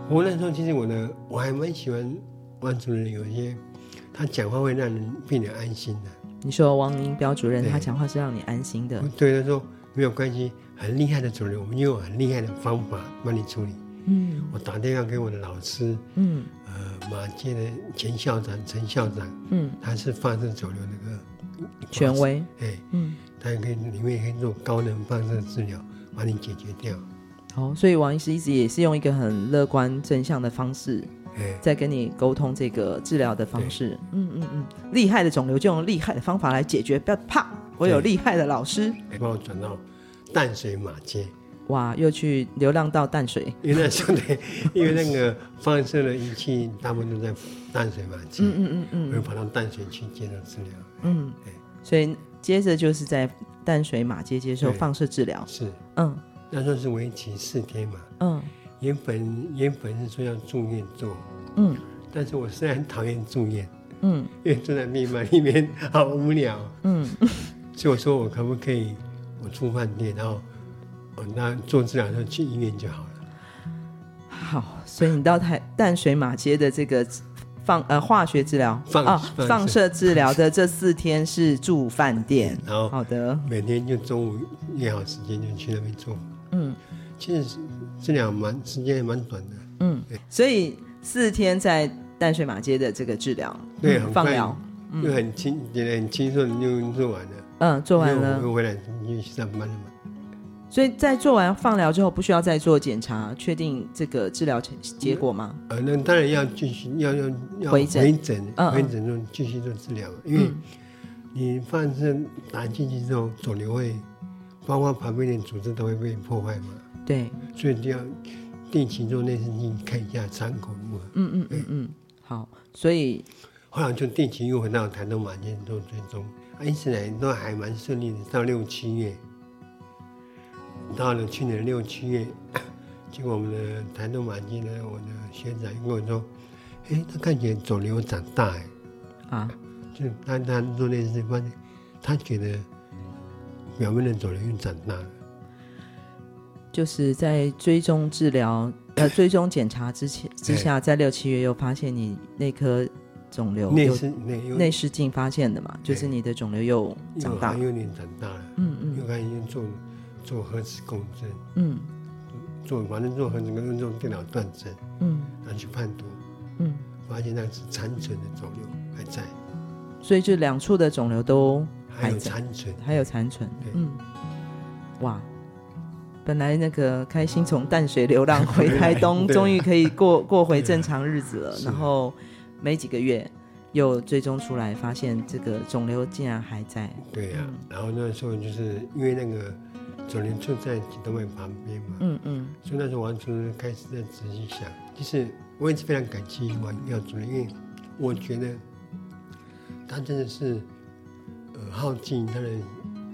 Speaker 3: 我那时候其实我的我还蛮喜欢王主任，有一些他讲话会让人病人安心的。
Speaker 2: 你说王英彪主任
Speaker 3: 对
Speaker 2: 他讲话是让你安心的，
Speaker 3: 对他说没有关系，很厉害的主任，我们用很厉害的方法帮你处理。
Speaker 2: 嗯
Speaker 3: 我打电话给我的老师，
Speaker 2: 嗯
Speaker 3: 呃，马街的前校长陈校长，
Speaker 2: 嗯，
Speaker 3: 他是放射肿瘤那个
Speaker 2: 权，威，
Speaker 3: 哎，
Speaker 2: 嗯，
Speaker 3: 他也可以里面也可以做高能放射治疗，把你解决掉。
Speaker 2: 好，哦所以王医师一直也是用一个很乐观正向的方式
Speaker 3: 哎，
Speaker 2: 在跟你沟通这个治疗的方式。嗯嗯嗯，厉害的肿瘤就用厉害的方法来解决，不要怕，我有
Speaker 3: 对
Speaker 2: 厉害的老师。
Speaker 3: 把哎我转到淡水马街，
Speaker 2: 哇，又去流浪到淡水。
Speaker 3: 因为那时候呢，因为那个放射的仪器大部分都在淡水马街，
Speaker 2: 嗯嗯嗯
Speaker 3: 我就跑到淡水去接受治疗。
Speaker 2: 嗯
Speaker 3: 对
Speaker 2: 所以接着就是在淡水马街接受
Speaker 3: 对
Speaker 2: 放射治疗。
Speaker 3: 是，
Speaker 2: 嗯
Speaker 3: 那时候是为期四天嘛，
Speaker 2: 嗯
Speaker 3: 原本原本是说要住院做，
Speaker 2: 嗯
Speaker 3: 但是我虽然讨厌住院，
Speaker 2: 嗯
Speaker 3: 因为住在病房里面好无聊，
Speaker 2: 嗯
Speaker 3: 所以我说我可不可以我住饭店，然后我那做治疗的时候去医院就好了。
Speaker 2: 好，所以你到台淡水马街的这个放呃化学治疗
Speaker 3: 放
Speaker 2: 啊
Speaker 3: 放射
Speaker 2: 放射治疗的这四天是住饭店。
Speaker 3: 然后
Speaker 2: 好的，
Speaker 3: 每天就中午约好时间就去那边做，
Speaker 2: 嗯
Speaker 3: 其实治疗蛮时间也蛮短的，
Speaker 2: 嗯，所以四天在淡水马街的这个治疗，
Speaker 3: 对，
Speaker 2: 嗯
Speaker 3: 很
Speaker 2: 放
Speaker 3: 快
Speaker 2: 疗，
Speaker 3: 就很轻，觉得很轻松就做完了，
Speaker 2: 嗯，做完
Speaker 3: 因为我
Speaker 2: 了。
Speaker 3: 会回来就去上班了嘛。
Speaker 2: 所以在做完放疗之后，不需要再做检查，确定这个治疗成结果吗？
Speaker 3: 呃，那当然要继续要要要
Speaker 2: 回诊
Speaker 3: 回诊
Speaker 2: 嗯嗯嗯
Speaker 3: 回诊中继续做治疗，因为你放射打进去之后，肿瘤会包括旁边的组织都会被破坏嘛，
Speaker 2: 对，
Speaker 3: 所以就要定期做内视镜看一下伤口如何。
Speaker 2: 嗯嗯嗯嗯，好，所以
Speaker 3: 后来就定期又回到台东马街做追踪，啊一直来都还蛮顺利的，到六七月，到了去年六七月，结果我们的台东马街呢，我的学长跟我说，哎，他看起来肿瘤长大哎。
Speaker 2: 啊，
Speaker 3: 就他他做那件事，发现他觉得表面的肿瘤又长大了，
Speaker 2: 就是在追踪治疗呃 哎追踪检查之前之
Speaker 3: 对
Speaker 2: 下，在六七月又发现你那颗肿瘤
Speaker 3: 内
Speaker 2: 有哎
Speaker 3: 视内又
Speaker 2: 内视镜发现的嘛，就是
Speaker 3: 对
Speaker 2: 你的肿瘤又长
Speaker 3: 又
Speaker 2: 大
Speaker 3: 好像。有点长大了，
Speaker 2: 嗯
Speaker 3: 又
Speaker 2: 嗯
Speaker 3: 开始做做核磁共振，
Speaker 2: 嗯
Speaker 3: 做反正做核磁共振做电脑断层，
Speaker 2: 嗯
Speaker 3: 然后去判读，
Speaker 2: 嗯，
Speaker 3: 发现那是残存的肿瘤还在，
Speaker 2: 所以这两处的肿瘤都
Speaker 3: 还有
Speaker 2: 在
Speaker 3: 残存，
Speaker 2: 还有残存
Speaker 3: 对。
Speaker 2: 嗯，哇。本来那个开心从淡水流 浪回台东，
Speaker 3: 对
Speaker 2: 终于可以过过回正常日子了。
Speaker 3: 是
Speaker 2: 然后没几个月，又追踪出来，发现这个肿瘤竟然还在。
Speaker 3: 对呀、
Speaker 2: 嗯
Speaker 3: 然后那时候就是因为那个肿瘤就在颈动脉旁边嘛，
Speaker 2: 嗯嗯
Speaker 3: 所以那时候王主任开始在仔细想，就是我也是非常感激王耀主任，因为我觉得他真的是呃耗尽他的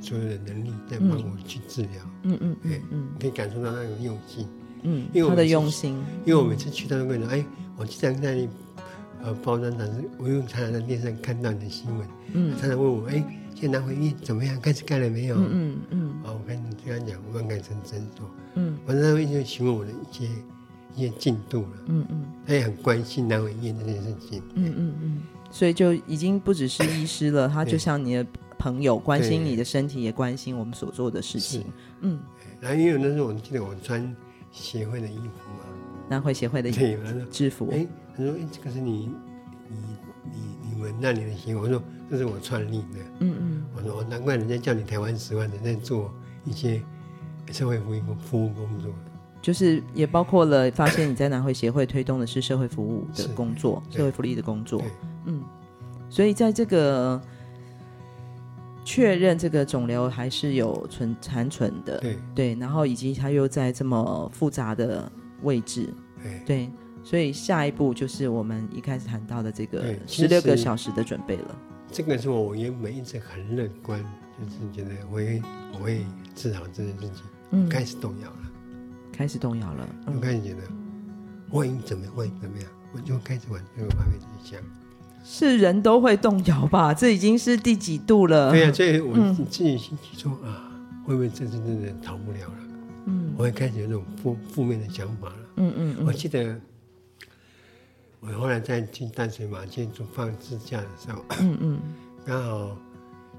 Speaker 3: 所有的能力在帮我去治疗，
Speaker 2: 嗯嗯嗯嗯
Speaker 3: 可以感受到那个用心。
Speaker 2: 嗯
Speaker 3: 因
Speaker 2: 嗯，
Speaker 3: 为我
Speaker 2: 他的
Speaker 3: 们是
Speaker 2: 用心。
Speaker 3: 因为我每次去他都跟我说，哎，我经常在你呃包装杂志，我用常常在电视上看到你的新闻，
Speaker 2: 嗯
Speaker 3: 他常问我，哎，现在拿回去怎么样？开始干了没有？
Speaker 2: 嗯嗯嗯
Speaker 3: 啊，我跟你跟他讲，我们改成诊所，
Speaker 2: 嗯
Speaker 3: 反正他会就询问我的一些一些进度了。
Speaker 2: 嗯嗯
Speaker 3: 他也很关心南回医院这件事情。
Speaker 2: 嗯嗯嗯，所以就已经不只是医师了，他就
Speaker 3: 对
Speaker 2: 像你的朋友，关心
Speaker 3: 对
Speaker 2: 你的身体，也关心我们所做的事情。嗯，
Speaker 3: 然后因为那时候我记得我穿协会的衣服嘛，
Speaker 2: 南汇协会的
Speaker 3: 对，他说，
Speaker 2: 制服。
Speaker 3: 哎，他说，哎，这个是你你你你们那里的协会，我说这是我创立的，
Speaker 2: 嗯嗯
Speaker 3: 我说哦难怪人家叫你台湾十万人在做一些社会服务工服务工作，，
Speaker 2: 就是也包括了发现你在南汇协会推动的是社会服务的
Speaker 3: 是
Speaker 2: 工作，
Speaker 3: 对
Speaker 2: 社会福利的工作
Speaker 3: 对。
Speaker 2: 嗯，所以在这个确认这个肿瘤还是有存残存的，
Speaker 3: 对，
Speaker 2: 对，然后以及它又在这么复杂的位置，
Speaker 3: 哎，
Speaker 2: 对，所以下一步就是我们一开始谈到的这个
Speaker 3: 对其
Speaker 2: 十
Speaker 3: 实
Speaker 2: 六个小时的准备了。
Speaker 3: 这个是我原本一直很乐观，就是觉得我会我会治好这件事情，
Speaker 2: 嗯，
Speaker 3: 开始动摇了，
Speaker 2: 开始动摇了。
Speaker 3: 我
Speaker 2: 嗯，
Speaker 3: 开始觉得万一怎么样万一怎么样，我就开始往这个方面去想。
Speaker 2: 是人都会动摇吧？这已经是第几度了？
Speaker 3: 对呀、所以我自己心里说啊，会不会这次真的逃不了了？嗯，我会开始有那种负负面的想法了。
Speaker 2: 嗯嗯嗯
Speaker 3: 我记得我后来在去淡水马街做放支架的时候，
Speaker 2: 嗯嗯
Speaker 3: 刚好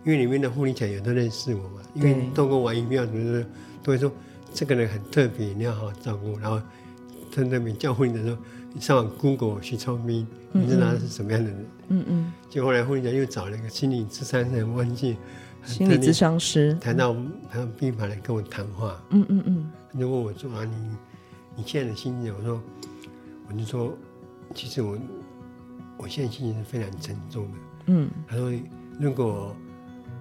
Speaker 3: 因为里面的护理长也都认识我嘛，因为
Speaker 2: 对
Speaker 3: 透过玩疫苗什么的，都会说这个人很特别，你要好好照顾。然后特特别教护理长说，你上网 Google 徐超明，你知道他是什么样的人。
Speaker 2: 嗯嗯，
Speaker 3: 就后来护理长又找了一个心理咨商人，忘记
Speaker 2: 心理咨商师，
Speaker 3: 谈到他病房来跟我谈话，
Speaker 2: 嗯嗯嗯，
Speaker 3: 他就问我说啊，你你现在的心情？我说，我就说，其实我我现在心情是非常沉重的。
Speaker 2: 嗯，
Speaker 3: 他说，如果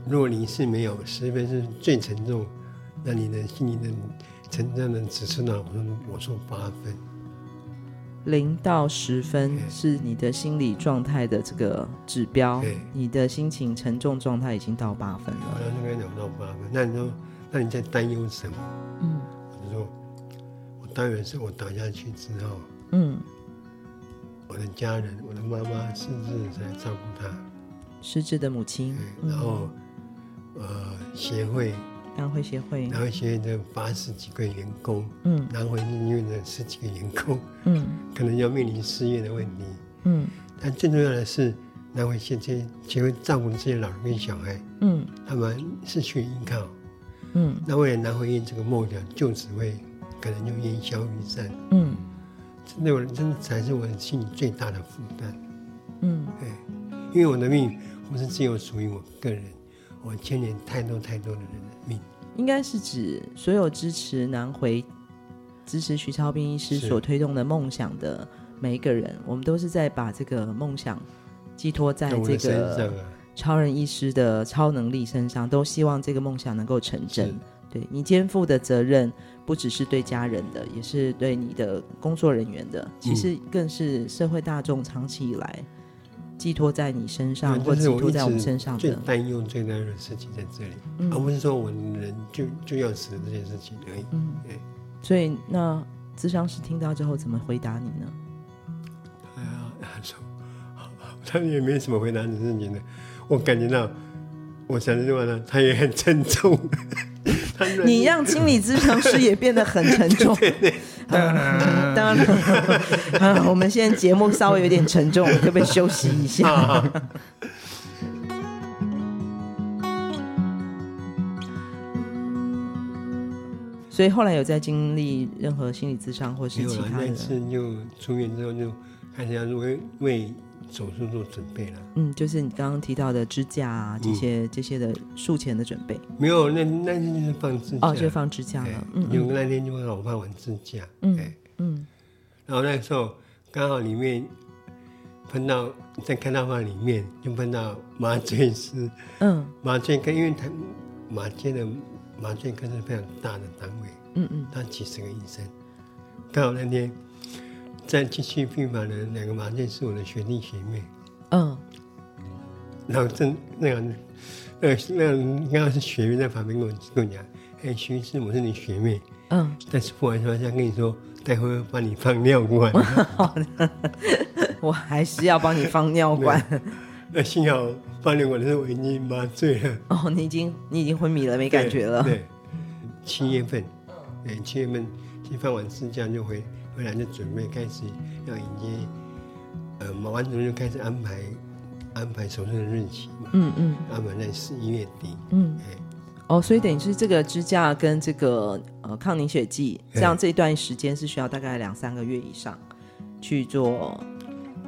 Speaker 3: 如果你是没有十分是最沉重，那你的心理的沉重的指数呢？我说我说八分，
Speaker 2: 零到十分
Speaker 3: 对
Speaker 2: 是你的心理状态的这个指标
Speaker 3: 对，
Speaker 2: 你的心情沉重状态已经到八分
Speaker 3: 然后
Speaker 2: 了。
Speaker 3: 他就跟我讲到八分。那你说，那你在担忧什么？
Speaker 2: 嗯
Speaker 3: 我就说，我担忧的是我倒下去之后，
Speaker 2: 嗯，
Speaker 3: 我的家人，我的妈妈甚至在照顾她。
Speaker 2: 失智的母亲，
Speaker 3: 然后呃协会，
Speaker 2: 安徽协会，
Speaker 3: 然后协会的八十几个员工，
Speaker 2: 嗯
Speaker 3: 南回医院的十几个员工，
Speaker 2: 嗯
Speaker 3: 可能要面临失业的问题。
Speaker 2: 嗯
Speaker 3: 但最重要的是，南回现在协会照顾这些老人跟小孩，
Speaker 2: 嗯
Speaker 3: 他们失去依靠。
Speaker 2: 嗯
Speaker 3: 那为了南回医院这个梦想，就只会可能就烟消云散。
Speaker 2: 嗯
Speaker 3: 真的，我真的才是我心里最大的负担。
Speaker 2: 嗯
Speaker 3: 对，因为我的命不是只有属于我个人，我牵连太多太多的人的命。
Speaker 2: 应该是指所有支持南回、支持徐超斌医师
Speaker 3: 是
Speaker 2: 所推动的梦想的每一个人，我们都是在把这个梦想寄托在
Speaker 3: 在我
Speaker 2: 这
Speaker 3: 的身上
Speaker 2: 个
Speaker 3: 啊，
Speaker 2: 超人医师的超能力身上，都希望这个梦想能够成真
Speaker 3: 是。
Speaker 2: 对你肩负的责任，不只是对家人的，也是对你的工作人员
Speaker 3: 嗯
Speaker 2: 的，其实更是社会大众长期以来寄托在你身上，
Speaker 3: 对
Speaker 2: 或
Speaker 3: 这
Speaker 2: 寄
Speaker 3: 是我
Speaker 2: 托
Speaker 3: 一
Speaker 2: 在我们
Speaker 3: 直
Speaker 2: 身上嗯
Speaker 3: 最
Speaker 2: 的。
Speaker 3: 担忧、最担忧的事情在这里，而不是说我人就就要死这件事情而已。
Speaker 2: 嗯
Speaker 3: 对，
Speaker 2: 所以那咨商师听到之后怎么回答你呢？
Speaker 3: 哎呀，他说，他也没什么回答，只是觉得我感觉到，我想这句话呢，他也很沉 重。他突然
Speaker 2: 你让心理咨询师也变得很沉 重。嗯当然了，嗯我们现在节目稍微有点沉重，可不可以休息一
Speaker 3: 啊
Speaker 2: 下？所以后来有在经历任何心理咨商或
Speaker 3: 没
Speaker 2: 是
Speaker 3: 有
Speaker 2: 其
Speaker 3: 了，
Speaker 2: 他
Speaker 3: 那
Speaker 2: 的
Speaker 3: 一，次就出院之后就开始要为为手术做准备了。
Speaker 2: 嗯，就是你刚刚提到的支架啊，这些
Speaker 3: 嗯
Speaker 2: 这些的术前的准备，
Speaker 3: 没有，那那天就是放支架，
Speaker 2: 哦，就放支架了，
Speaker 3: 对
Speaker 2: 嗯
Speaker 3: 因为那天就让我放完支架，
Speaker 2: 嗯
Speaker 3: 对
Speaker 2: 嗯
Speaker 3: 然后那时候刚好里面碰到在开刀房里面就碰到麻醉师，
Speaker 2: 嗯
Speaker 3: 麻醉科，因为他麻醉的麻醉科是非常大的单位，
Speaker 2: 嗯嗯
Speaker 3: 他几十个医生，刚好那天在继续病房的两个麻醉是我的学弟学妹，
Speaker 2: 嗯
Speaker 3: 然后正那个那个那个刚好是学妹在旁边跟我跟我讲，哎，徐医师，我是你学妹，
Speaker 2: 嗯，
Speaker 3: 但是不玩笑，想跟你说，待会儿帮你放尿管。
Speaker 2: 我还是要帮你放尿管。
Speaker 3: 那幸好放尿管的时候我已经麻醉了，
Speaker 2: 哦，你已经你已经昏迷了，没感觉了。
Speaker 3: 对，对七月份，对，七月份去放完支架就回回来就准备开始要迎接，呃，马完主任就开始安排安排手术的日期嘛，
Speaker 2: 嗯嗯
Speaker 3: 安排在十一月底。
Speaker 2: 嗯。
Speaker 3: 哎
Speaker 2: 哦，所以等于是这个支架跟这个呃抗凝血剂，这样这一段时间是需要大概两三个月以上去做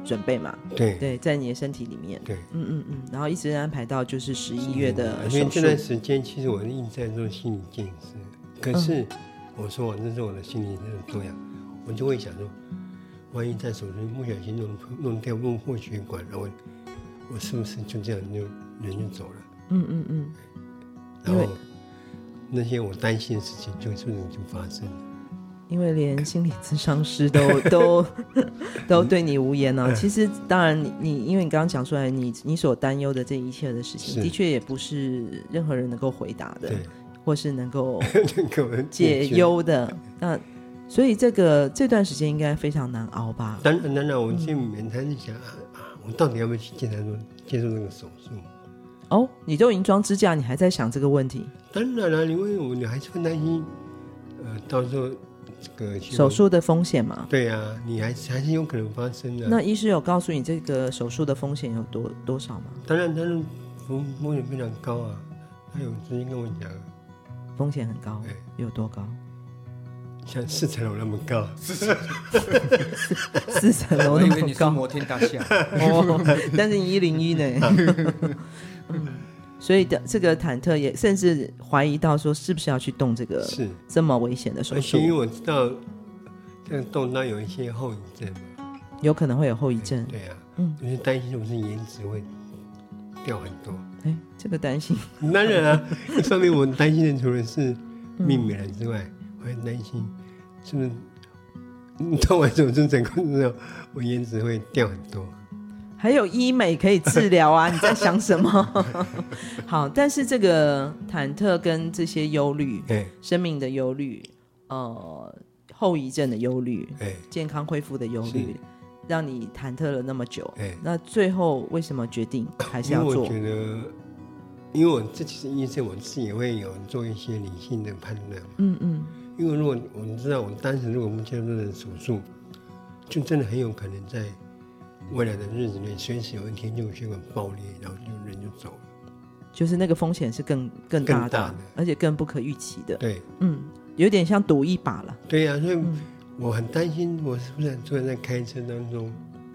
Speaker 2: 准备嘛？
Speaker 3: 对
Speaker 2: 对，在你的身体里面。
Speaker 3: 对，
Speaker 2: 嗯嗯嗯。然后一直安排到就是十一月的
Speaker 3: 因为
Speaker 2: 手术。
Speaker 3: 这段时间其实我一直在做心理建设，可
Speaker 2: 嗯
Speaker 3: 是我说我这是我的心理的作用，我就会想说，万一在手术不小心弄弄掉弄破血管了，我我是不是就这样就人就走了？
Speaker 2: 嗯嗯嗯。
Speaker 3: 然
Speaker 2: 因
Speaker 3: 后那些我担心的事情就就就发生了。
Speaker 2: 因为连心理咨商师都 都都对你无言呢、啊
Speaker 3: 嗯
Speaker 2: 其实，当然你，你因为你刚刚讲出来，你你所担忧的这一切的事情，
Speaker 3: 是
Speaker 2: 的确也不是任何人能够回答的，
Speaker 3: 对，
Speaker 2: 或是能够
Speaker 3: 这个 我
Speaker 2: 解
Speaker 3: 决。
Speaker 2: 忧的。那所以这个这段时间应该非常难熬吧？
Speaker 3: 当然，当然，我这每天就想啊啊，我到底要不要去接受接受那个手术？
Speaker 2: 哦，你都已经装支架，你还在想这个问题？
Speaker 3: 当然了、因为我们还是会担心，呃，到时候这个去
Speaker 2: 手，术的风险嘛？
Speaker 3: 对啊，你还是还是有可能发生的、啊
Speaker 2: 那医师有告诉你这个手术的风险有多多少吗？
Speaker 3: 当然，当然，风风险非常高啊。他有直接跟我讲，
Speaker 2: 风险很高
Speaker 3: 对，
Speaker 2: 有多高？
Speaker 3: 像四层楼那么高，
Speaker 2: 四层楼
Speaker 5: 我以
Speaker 2: 那
Speaker 5: 为
Speaker 2: 么
Speaker 5: 你是
Speaker 2: 高
Speaker 5: 摩天大厦，
Speaker 2: 哦，但是一零一呢？ 嗯所以的这个忐忑也甚至怀疑到说，是不是要去动这个
Speaker 3: 是。哎
Speaker 2: 这么危险的手
Speaker 3: 而
Speaker 2: 术
Speaker 3: 且因，为我知道这个动刀有一些后遗症嘛，
Speaker 2: 有可能会有后遗症。
Speaker 3: 对啊，
Speaker 2: 嗯
Speaker 3: 我就担心我是颜值会掉很多。
Speaker 2: 哎，这个担心，
Speaker 3: 当然啊，一方面我担心的除了是命美了之外，我还担心是不是你动完手术整个之后，我颜值会掉很 多。
Speaker 2: 还有医美可以治疗 啊！你在想什么？ 好，但是这个忐忑跟这些忧虑，
Speaker 3: 哎
Speaker 2: 生命的忧虑，呃，后遗症的忧虑，
Speaker 3: 哎
Speaker 2: 健康恢复的忧虑
Speaker 3: 是，
Speaker 2: 让你忐忑了那么久。
Speaker 3: 哎，
Speaker 2: 那最后为什么决定还是
Speaker 3: 因
Speaker 2: 要
Speaker 3: 为我
Speaker 2: 做？
Speaker 3: 觉得，因为我自己是医生，我自己会有做一些理性的判断。
Speaker 2: 嗯嗯，
Speaker 3: 因为如果我们知道，我们当时如果不接受这个手术，就真的很有可能在未来的日子内，随时有一天就血管爆裂，然后就人就走了。
Speaker 2: 就是那个风险是更更大的，
Speaker 3: 更大的
Speaker 2: 而且更不可预期的。
Speaker 3: 对
Speaker 2: 嗯，有点像赌一把了。
Speaker 3: 对呀、所以
Speaker 2: 嗯
Speaker 3: 我很担心，我是不是突然在开车当中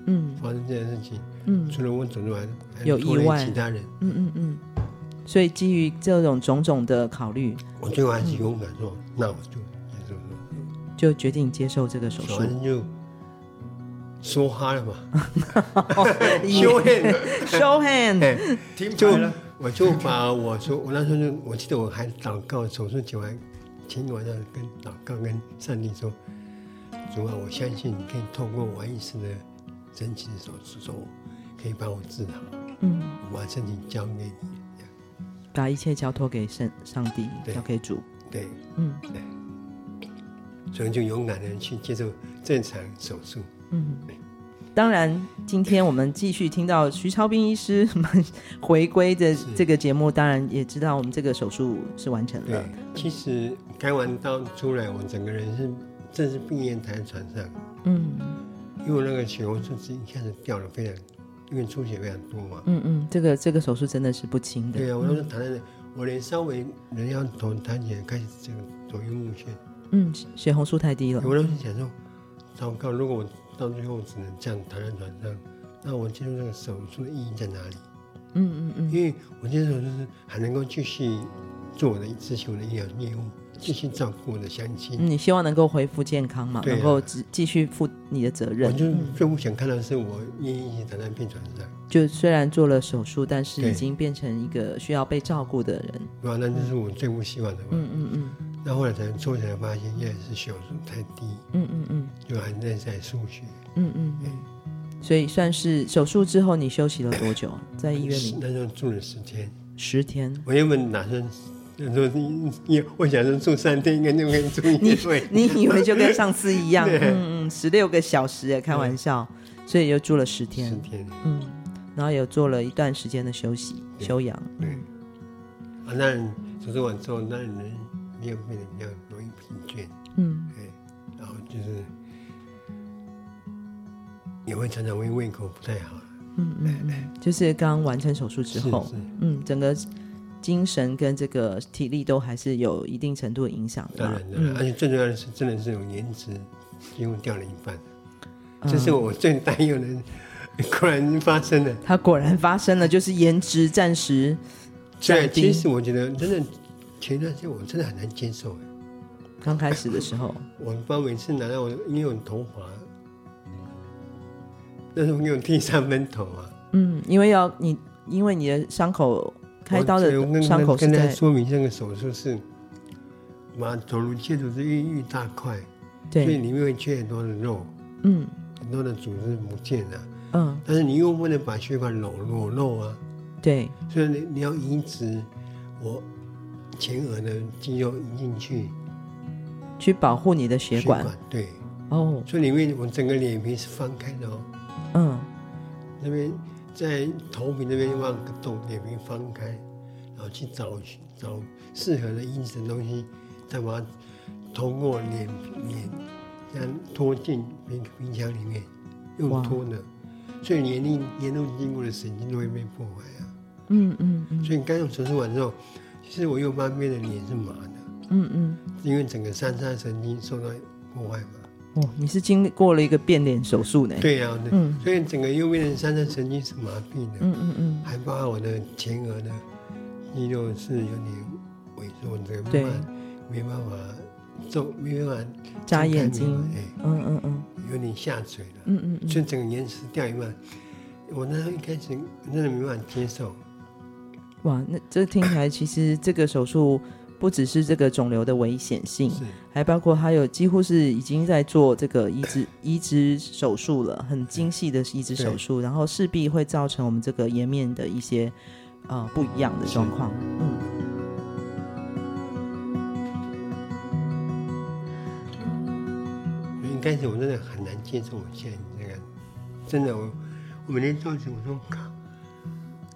Speaker 2: 嗯
Speaker 3: 发生这件事情？
Speaker 2: 嗯
Speaker 3: 除了我走路还还
Speaker 2: 有
Speaker 3: 拖累
Speaker 2: 意外
Speaker 3: 其他人，
Speaker 2: 嗯嗯嗯。所以基于这种种种的考虑，
Speaker 3: 我最后还是勇敢说，那我就接受了。
Speaker 2: 就决定接受这个手术
Speaker 3: 反。正就说哈 了嘛，
Speaker 2: 以
Speaker 3: 修炼了。
Speaker 2: Show hand，
Speaker 3: 哎
Speaker 5: 听
Speaker 3: 就
Speaker 5: 白了，
Speaker 3: 我就把我说，我那时候就我记得我还祷告，手术前完前一晚上跟祷告跟上帝说，主啊，我相信你可以透过我医师的神奇的手术手，可以把我治好，
Speaker 2: 嗯，
Speaker 3: 我把身体交给你。这样
Speaker 2: 把一切交托给上上帝，
Speaker 3: 对
Speaker 2: 交给主。
Speaker 3: 对，
Speaker 2: 嗯
Speaker 3: 所以就勇敢的去接受正常手术。
Speaker 2: 嗯。当然，今天我们继续听到徐超斌医师回归的这个节目，当然也知道我们这个手术是完成
Speaker 3: 对
Speaker 5: 啊
Speaker 2: 了。，
Speaker 3: 其实开完刀出来，我整个人是正是病恹躺在床上，
Speaker 2: 嗯
Speaker 3: 因为那个血红素是一开始掉了非常，因为出血非常多嘛。
Speaker 2: 嗯嗯，这个这个手术真的是不轻的。
Speaker 3: 对啊，我那时候躺在那，我连稍微人要头抬起来开始这个左右目眩，
Speaker 2: 嗯，血红素太低了。
Speaker 3: 我那时候想说，糟糕，如果我到最后只能这样躺在床上，那我接受这个手术的意义在哪里？
Speaker 2: 嗯嗯嗯，
Speaker 3: 因为我接受就是还能够继续做我的执行我的医疗业务，继续照顾我的乡亲。
Speaker 2: 嗯你希望能够恢复健康嘛，
Speaker 3: 对啊
Speaker 2: 能够继继续负你的责
Speaker 3: 我
Speaker 2: 任。
Speaker 3: 就最不想看到的是我愿意躺在病床上，
Speaker 2: 就虽然做了手术，但是
Speaker 3: 对
Speaker 2: 已经变成一个需要被照顾的人。
Speaker 3: 对吧？那就是我最不希望的嘛。
Speaker 2: 嗯嗯嗯
Speaker 3: 那后来才做起来发现，原来是血红素太低，
Speaker 2: 嗯嗯嗯
Speaker 3: 就还在在输血。
Speaker 2: 嗯嗯嗯，所以算是手术之后，你休息了多久？在医院里
Speaker 3: 那时候住了十天。
Speaker 2: 十天。
Speaker 3: 我原本打算，那时候一我想说住三天，应该就可以住一对。
Speaker 2: 你以为就跟上次 一样？
Speaker 3: 对
Speaker 2: 嗯嗯，十六个小时哎，开玩笑，所以又住了十
Speaker 3: 十
Speaker 2: 天，
Speaker 3: 天啊，
Speaker 2: 嗯，然后有做了一段时间的休息
Speaker 3: 对
Speaker 2: 休养，
Speaker 3: 对啊那手术完之后，那人没有变得比较容易疲倦，
Speaker 2: 嗯
Speaker 3: 哎，然后就是也会常常会胃口不太好。
Speaker 2: 嗯嗯嗯，就是刚完成手术之后
Speaker 3: 是是，
Speaker 2: 嗯，整个精神跟这个体力都还是有一定程度的影响的
Speaker 3: 当
Speaker 2: 啦，
Speaker 3: 然的，
Speaker 2: 嗯
Speaker 3: 而且最重要的是，真的是有颜值几乎掉了一半，
Speaker 2: 嗯
Speaker 3: 这是我最担忧的。 果然发生了。
Speaker 2: 它果然发生了，就是颜值暂时
Speaker 3: 对，
Speaker 2: 降
Speaker 3: 其
Speaker 2: 低。
Speaker 3: 实我觉得真的前段时间我真的很难接受。哎
Speaker 2: 刚开始的时候，
Speaker 3: 我爸每次拿到我，因为我头发，那时候给我剃三分头啊。
Speaker 2: 嗯，因为要你，因为你的伤口开刀的
Speaker 3: 我跟
Speaker 2: 伤口是
Speaker 3: 跟他
Speaker 2: 在
Speaker 3: 说明这个手术是，把头颅切除是一一大块，所以
Speaker 2: 对，
Speaker 3: 里面会缺很多的肉，
Speaker 2: 嗯
Speaker 3: 很多的组织不见了。
Speaker 2: 嗯
Speaker 3: 但是你又不能把血管裸裸露啊，
Speaker 2: 对，
Speaker 3: 所以你你要移植我前额的肌肉移进去，
Speaker 2: 去保护你的血管
Speaker 3: 对，
Speaker 2: 哦，
Speaker 3: 所以里面我整个脸皮是翻开的哦。
Speaker 2: 嗯
Speaker 3: 那边在头皮那边挖个洞，脸皮翻开，然后去找找适合的医生的东西，再把它通过脸脸这样拖进鼻鼻腔里面，用拖的，所以黏腻黏度经过的神经都会被破坏啊。
Speaker 5: 嗯嗯嗯
Speaker 3: 所以刚用手术完之后，其实我右半边的脸是麻的，
Speaker 5: 嗯嗯，
Speaker 3: 因为整个三叉神经受到破坏嘛。
Speaker 2: 哦，你是经历过了一个变脸手术呢？
Speaker 3: 对呀、对
Speaker 5: 嗯
Speaker 3: 所以整个右边的三叉神经是麻痹的，
Speaker 5: 嗯嗯嗯，
Speaker 3: 还包括我的前额的肌肉是有点萎缩，这个
Speaker 2: 对
Speaker 3: 慢没办法皱，没办法
Speaker 2: 眨眼
Speaker 3: 睁开
Speaker 2: 睛
Speaker 3: 眉毛，
Speaker 2: 嗯嗯嗯
Speaker 3: 哎，有点下垂了。
Speaker 5: 嗯嗯嗯，
Speaker 3: 所以整个延迟掉一半。我那时候一开始真的没办法接受，
Speaker 2: 哇，那这听起来其实这个手术不只是这个肿瘤的危险性，
Speaker 3: 是
Speaker 2: 还包括它有几乎是已经在做这个移植 移植手术了，很精细的移植手术，然后势必会造成我们这个颜面的一些呃不一样的状况。嗯，
Speaker 3: 所以一开始我真的很难接受我现在这个，真的我我每天照镜子，我说靠，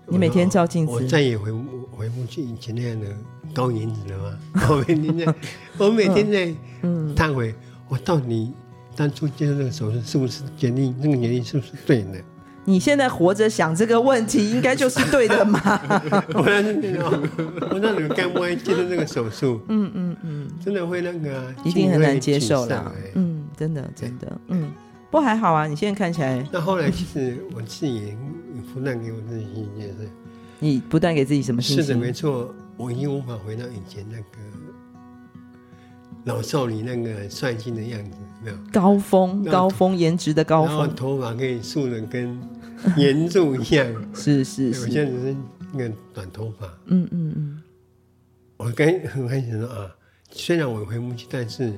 Speaker 2: 你每天照镜子
Speaker 3: 我再也回不回不去以前那样的高颜值了吗？ 我每天在，我每天在
Speaker 2: 嗯
Speaker 3: 忏悔，我到底当初接受这个手术是不是决定那个决定是不是对的？
Speaker 2: 你现在活着想这个问题，应该就是对的嘛？
Speaker 3: 我那时候，我那时候干不接受这个手术，嗯嗯嗯，真的会那个啊，
Speaker 2: 一定很难接受
Speaker 3: 的
Speaker 2: 啦。。嗯，真的真的，嗯，不过还好啊，你现在看起来
Speaker 3: 那后来其实我自己也不断给我自己一件事，
Speaker 2: 你不但给自己什么信
Speaker 3: 是的，没
Speaker 2: 心，
Speaker 3: 错，我已经无法回到以前那个老少女那个帅气的样子，有没有？
Speaker 2: 高峰
Speaker 3: 那
Speaker 2: 高峰颜值的高
Speaker 3: 然后
Speaker 2: 峰，
Speaker 3: 头发可以竖的跟严重一样，
Speaker 2: 是是
Speaker 3: 我
Speaker 2: 是，
Speaker 3: 现在只是那个短头发。
Speaker 5: 嗯嗯嗯，
Speaker 3: 我刚很开心说啊，虽然我回不去，但是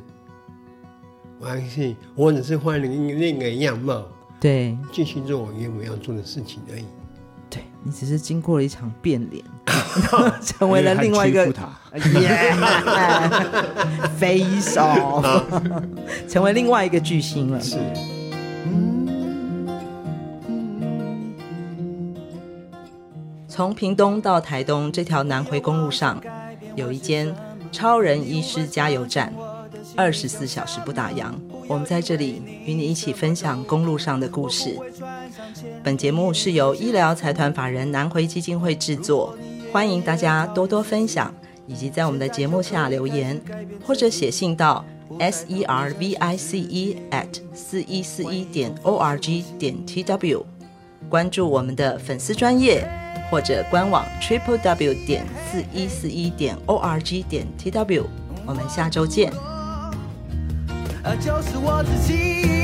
Speaker 3: 我还是我只是换了一个那个样貌，
Speaker 2: 对
Speaker 3: 继续做我原本要做的事情而已。
Speaker 2: 对，你只是经过了一场变脸，成为了另外一个
Speaker 4: 因为他屈服他
Speaker 2: Yeah，飞手，成为另外一个巨星了。
Speaker 3: 是，
Speaker 2: 从屏东到台东这条南回公路上，有一间超人医师加油站，二十四小时不打烊。我们在这里与你一起分享公路上的故事。本节目是由医疗财团法人南回基金会制作，欢迎大家多多分享，以及在我们的节目下留言，或者写信到 s e r v i c e at 四一四一点 o r g 点 t w。关注我们的粉丝专业或者官网 triple w 点四一四一点 o r g 点 t w。我们下周见。
Speaker 1: 呃，就是我自己。